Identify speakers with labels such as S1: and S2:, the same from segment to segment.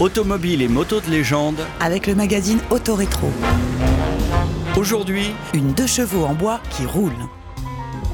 S1: Automobiles et motos de légende,
S2: avec le magazine Autorétro.
S1: aujourd'hui,
S2: Une deux chevaux en bois qui roule.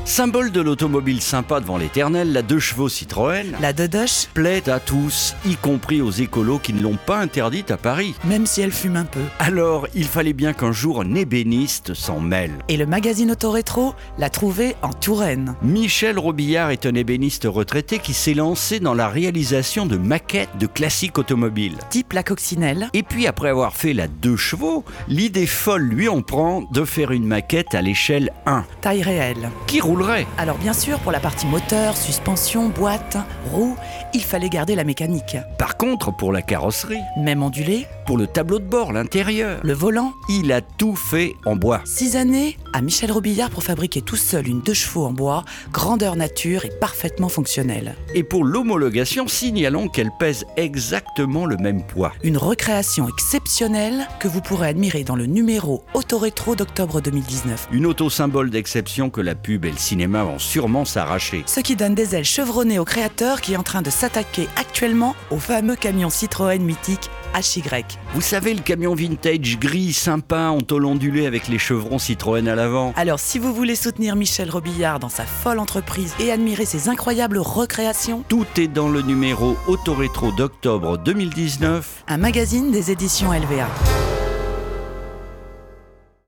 S1: symbole de l'automobile sympa devant l'éternel, la deux chevaux Citroën
S2: La Dodoche,
S1: plaît à tous, y compris aux écolos qui ne l'ont pas interdite à Paris.
S2: même si elle fume un peu.
S1: Alors, il fallait bien qu'un jour un ébéniste s'en mêle.
S2: Et le magazine Autorétro l'a trouvée en Touraine.
S1: Michel Robillard est un ébéniste retraité qui s'est lancé dans la réalisation de maquettes de classiques automobiles.
S2: Type la coccinelle,
S1: Et puis après avoir fait la deux chevaux, l'idée folle lui en prend de faire une maquette à l'échelle 1,
S2: taille réelle.
S1: qui roulerait.
S2: Alors bien sûr, pour la partie moteur, suspension, boîte, roue, il fallait garder la mécanique.
S1: Par contre, pour la carrosserie,
S2: Même ondulée,
S1: pour le tableau de bord, l'intérieur,
S2: le volant.
S1: il a tout fait en bois.
S2: Six années à Michel Robillard pour fabriquer tout seul une deux chevaux en bois, grandeur nature et parfaitement fonctionnelle.
S1: Et pour l'homologation, signalons qu'elle pèse exactement le même poids.
S2: Une recréation exceptionnelle que vous pourrez admirer dans le numéro Autorétro d'octobre 2019.
S1: Une auto symbole d'exception que la pub et le cinéma vont sûrement s'arracher.
S2: Ce qui donne des ailes chevronnées au créateur qui est en train de s'attaquer actuellement au fameux camion Citroën mythique HY.
S1: Vous savez, le camion vintage gris, sympa, en tôle ondulée avec les chevrons Citroën à l'avant.
S2: Alors si vous voulez soutenir Michel Robillard dans sa folle entreprise et admirer ses incroyables recréations,
S1: Tout est dans le numéro Autorétro d'octobre 2019.
S2: un magazine des éditions LVA.